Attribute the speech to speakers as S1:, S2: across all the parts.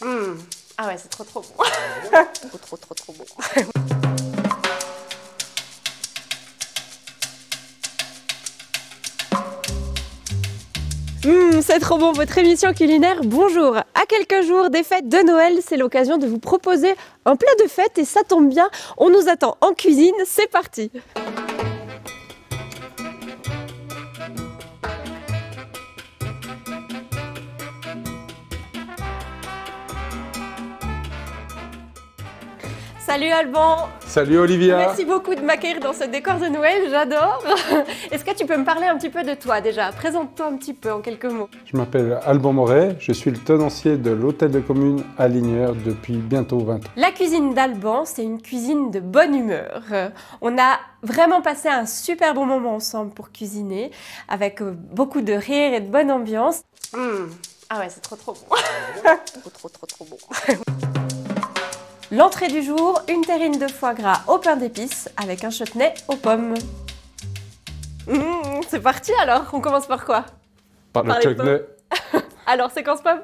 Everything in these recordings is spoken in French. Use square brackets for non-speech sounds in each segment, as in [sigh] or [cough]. S1: Mmh. Ah ouais, c'est trop trop bon. trop trop trop trop bon.
S2: Mmh, c'est trop bon votre émission culinaire. Bonjour. À quelques jours des fêtes de Noël, c'est l'occasion de vous proposer un plat de fête et ça tombe bien, on nous attend en cuisine, c'est parti. Salut Alban
S3: Salut Olivia
S2: Merci beaucoup de m'accueillir dans ce décor de Noël, j'adore [laughs] Est-ce que tu peux me parler un petit peu de toi déjà Présente-toi un petit peu en quelques mots.
S3: Je m'appelle Alban Moret, je suis le tenancier de l'hôtel de commune à Ligneur depuis bientôt 20 ans.
S2: La cuisine d'Alban, c'est une cuisine de bonne humeur. Euh, On a vraiment passé un super bon moment ensemble pour cuisiner, avec euh, beaucoup de rire et de bonne ambiance.
S1: Mmh. Ah ouais, c'est trop trop bon. trop trop trop trop bon.
S2: L'entrée du jour, une terrine de foie gras au pain d'épices avec un chutney aux pommes. Mmh, c'est parti alors, on commence par quoi
S3: Par
S2: Par
S3: le
S2: les
S3: Chuckney.
S2: Alors, séquence pomme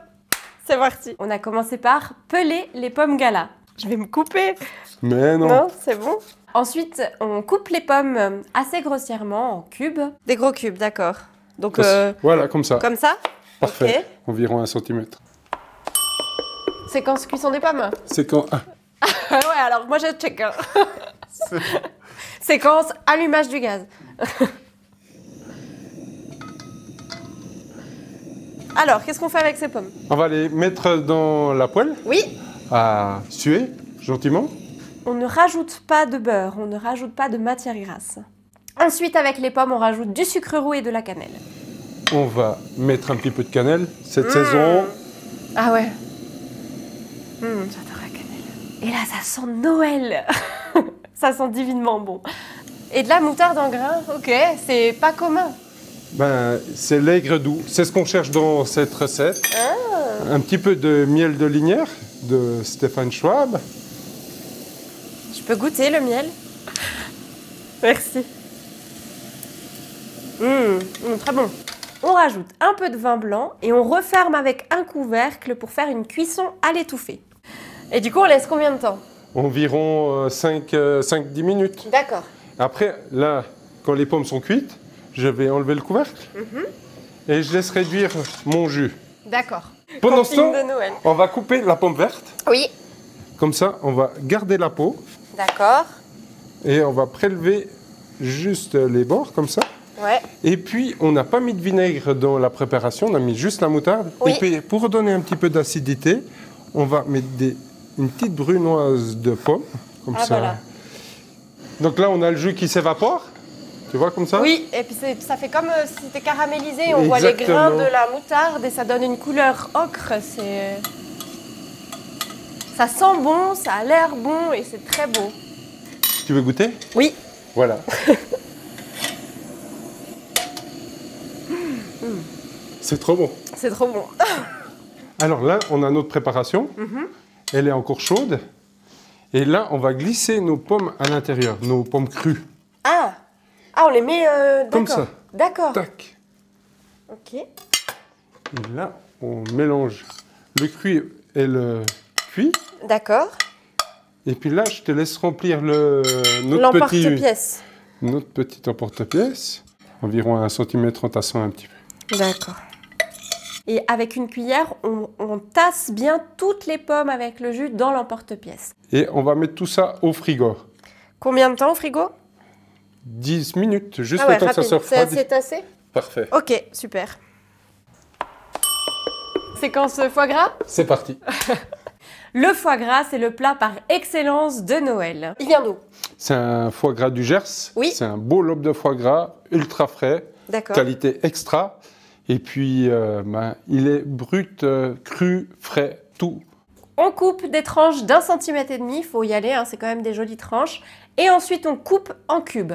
S2: C'est parti On a commencé par peler les pommes gala. Je vais me couper
S3: Mais non,
S2: c'est bon Ensuite, on coupe les pommes assez grossièrement en cubes. Des gros cubes, d'accord. Donc, euh,
S3: Parce- Voilà, comme ça.
S2: comme ça
S3: Parfait. Environ un centimètre.
S2: Séquence cuisson des pommes
S3: C'est quand... Ah,
S2: [laughs] Ah Ouais, alors moi je check.
S3: [laughs]
S2: hein. Séquence allumage du gaz. [laughs] alors, qu'est-ce qu'on fait avec ces pommes
S3: on va les mettre dans la poêle
S2: Oui,
S3: à suer, gentiment.
S2: on ne rajoute pas de beurre, on ne rajoute pas de matière grasse. Ensuite, avec les pommes, on rajoute du sucre roux et de la cannelle.
S3: On va mettre un petit peu de cannelle. Cette
S2: Mmh.
S3: saison,
S2: Ah ouais. Hmm, J'adore la cannelle. Et là, ça sent Noël. [laughs] ça sent divinement bon. Et de la moutarde en grain, ok, c'est pas commun.
S3: ben, c'est l'aigre doux. C'est ce qu'on cherche dans cette recette. Un petit peu de miel de Lignère de Stéphane Schwab.
S2: Je peux goûter le miel Merci. Mmh, mmh, très bon. On rajoute un peu de vin blanc et on referme avec un couvercle pour faire une cuisson à l'étouffée. Et du coup, on laisse combien de temps
S3: Environ euh, 5-10 minutes.
S2: D'accord.
S3: Après, là, quand les pommes sont cuites, je vais enlever le couvercle
S2: Mhm.
S3: et je laisse réduire mon jus.
S2: D'accord.
S3: Pendant ce
S2: Camping
S3: temps,
S2: de Noël.
S3: on va couper la pomme verte.
S2: Oui.
S3: Comme ça, on va garder la peau
S2: D'accord.
S3: et on va prélever juste les bords comme ça.
S2: Ouais.
S3: Et puis, on n'a pas mis de vinaigre dans la préparation, on a mis juste la moutarde.
S2: Oui.
S3: Et puis, pour donner un petit peu d'acidité, on va mettre des- une petite brunoise de pomme, comme
S2: Ah,
S3: ça.
S2: voilà.
S3: Donc là, on a le jus qui s'évapore. Tu vois comme ça
S2: Oui, et puis c'est- ça fait comme euh, si c'était caramélisé. On voit les grains
S3: Exactement.
S2: de la moutarde et ça donne une couleur ocre. C'est. Ça sent bon, ça a l'air bon et c'est très beau.
S3: Tu veux goûter
S2: Oui.
S3: Voilà. [laughs] C'est trop bon.
S2: C'est trop bon.
S3: Alors là, on a notre préparation. Elle est encore chaude. Et là, on va glisser nos pommes à l'intérieur, nos pommes crues.
S2: Ah Ah, on les met euh,
S3: Comme
S2: d'accord.
S3: ça.
S2: D'accord.
S3: Tac.
S2: Ok.
S3: Et là, on mélange le cuit et le cuit.
S2: D'accord.
S3: Et puis là, je te laisse remplir le, notre, petit,
S2: L'emporte-pièce.
S3: notre petit emporte-pièce. Environ un centimètre en tassant un petit peu.
S2: D'accord. Et avec une cuillère, on, on tasse bien toutes les pommes avec le jus dans l'emporte-pièce.
S3: Et on va mettre tout ça au frigo.
S2: Combien de temps au frigo
S3: 10 minutes, juste
S2: Ah ouais,
S3: le temps que ça se
S2: rapide. C'est
S3: refroidisse.
S2: assez tassé
S3: Parfait.
S2: Ok, super. Séquence foie gras
S3: C'est parti.
S2: Le foie gras, c'est le plat par excellence de Noël. Il vient d'où
S3: C'est un foie gras du Gers.
S2: Oui.
S3: C'est un beau lobe de foie gras, ultra frais,
S2: D'accord.
S3: qualité extra. Et puis, euh, ben, il est brut, euh, cru, frais, tout.
S2: On coupe des tranches d'un centimètre et demi, faut y aller, hein, c'est quand même des jolies tranches. Et ensuite, on coupe en cubes.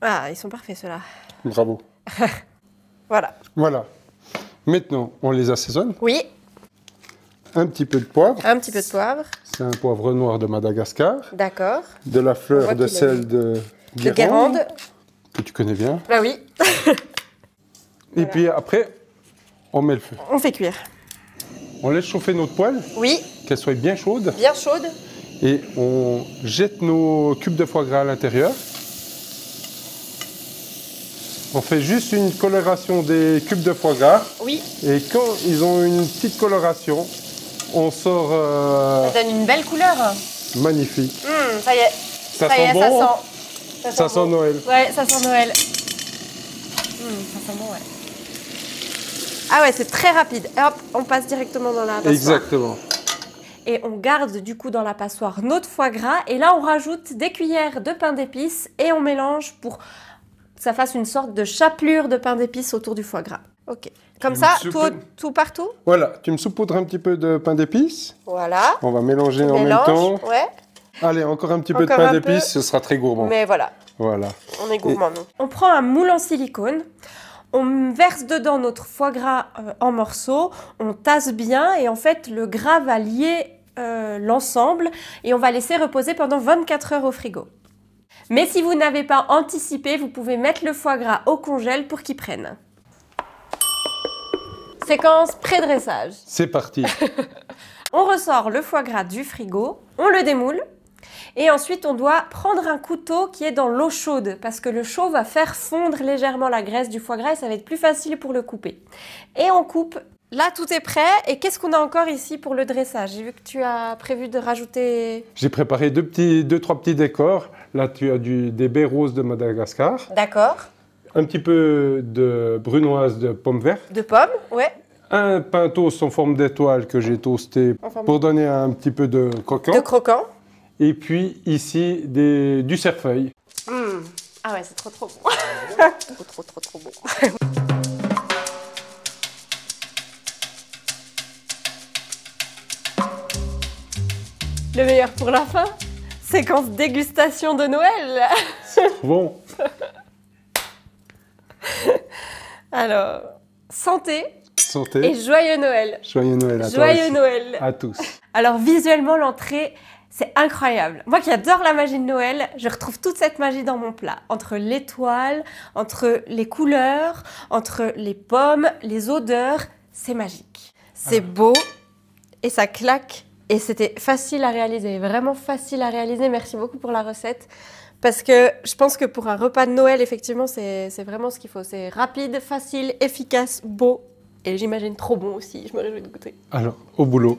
S2: Ah, ils sont parfaits ceux-là.
S3: Bravo.
S2: [laughs] Voilà.
S3: Voilà. Maintenant, on les assaisonne.
S2: Oui,
S3: Un petit peu de poivre.
S2: un petit peu de poivre.
S3: C'est un poivre noir de Madagascar.
S2: D'accord.
S3: De la
S2: On voit
S3: fleur de
S2: qu'il a mis
S3: sel de
S2: De
S3: Guérande,
S2: Guérande.
S3: Que tu connais bien.
S2: Bah oui,
S3: Et puis après, on met le feu.
S2: on fait cuire.
S3: On laisse chauffer notre poêle,
S2: Oui,
S3: qu'elle soit bien chaude,
S2: bien chaude.
S3: et on jette nos cubes de foie gras à l'intérieur. On fait juste une coloration des cubes de foie gras,
S2: Oui,
S3: et quand ils ont une petite coloration, on sort euh,
S2: ça donne une belle couleur. hein.
S3: magnifique.
S2: Hum, ça y est,
S3: Ça,
S2: ça y
S3: sent
S2: est,
S3: bon, hein
S2: ça sent.
S3: ça sent
S2: bon.
S3: Noël.
S2: Ouais, ça sent Noël. Hum, ça sent bon, ouais. Ah ouais, c'est très rapide. Hop, on passe directement dans la passoire.
S3: Exactement.
S2: Et on garde du coup dans la passoire notre foie gras. Et là, on rajoute des cuillères de pain d'épices et on mélange pour que ça fasse une sorte de chapelure de pain d'épices autour du foie gras. Ok. Comme
S3: Une
S2: ça,
S3: soupe.
S2: tout, tout partout.
S3: Voilà, tu me saupoudres un petit peu de pain d'épices.
S2: Voilà.
S3: On va mélanger en
S2: mélange.
S3: même temps.
S2: Ouais.
S3: Allez, encore un petit peu de
S2: Encore
S3: pain
S2: un peu.
S3: d'épices, ce sera très gourmand.
S2: Mais voilà,
S3: Voilà.
S2: on est gourmand, nous. On prend un moule en silicone. On verse dedans notre foie gras euh, en morceaux, on tasse bien et en fait le gras va lier euh, l'ensemble et on va laisser reposer pendant 24 heures au frigo. Mais si vous n'avez pas anticipé, vous pouvez mettre le foie gras au congèle pour qu'il prenne. Séquence pré-dressage.
S3: C'est parti.
S2: On ressort le foie gras du frigo, on le démoule et ensuite on doit prendre un couteau qui est dans l'eau chaude parce que le chaud va faire fondre légèrement la graisse du foie gras et ça va être plus facile pour le couper. Et on coupe. Là tout est prêt et qu'est-ce qu'on a encore ici pour le dressage J'ai vu que tu as prévu de rajouter...
S3: J'ai préparé deux, petits, deux, trois petits décors. Là, tu as du, des baies roses de Madagascar,
S2: D'accord.
S3: un petit peu de brunoise de pommes vertes,
S2: De pommes Ouais.
S3: un pain toast en forme d'étoile que j'ai toasté
S2: En forme-
S3: pour donner un petit peu de croquant,
S2: De croquants
S3: et puis ici des, du cerfeuil.
S1: Hum. Ah ouais, c'est trop trop bon. trop trop trop trop bon.
S2: Le meilleur pour la fin Séquence dégustation de Noël
S3: Bon,
S2: Alors, santé et
S3: santé,
S2: joyeux Noël
S3: joyeux Noël à toi
S2: Joyeux
S3: aussi.
S2: Noël
S3: à tous.
S2: Alors visuellement, l'entrée, c'est incroyable. Moi qui adore la magie de Noël, je retrouve toute cette magie dans mon plat. Entre l'étoile, entre les couleurs, entre les pommes, les odeurs, c'est magique. C'est beau et ça claque. Et c'était facile à réaliser, vraiment facile à réaliser. Merci beaucoup pour la recette. Parce que je pense que pour un repas de Noël, effectivement, c'est c'est vraiment ce qu'il faut. C'est rapide, facile, efficace, beau. Et j'imagine trop bon aussi. Je me réjouis de goûter.
S3: Alors, au boulot.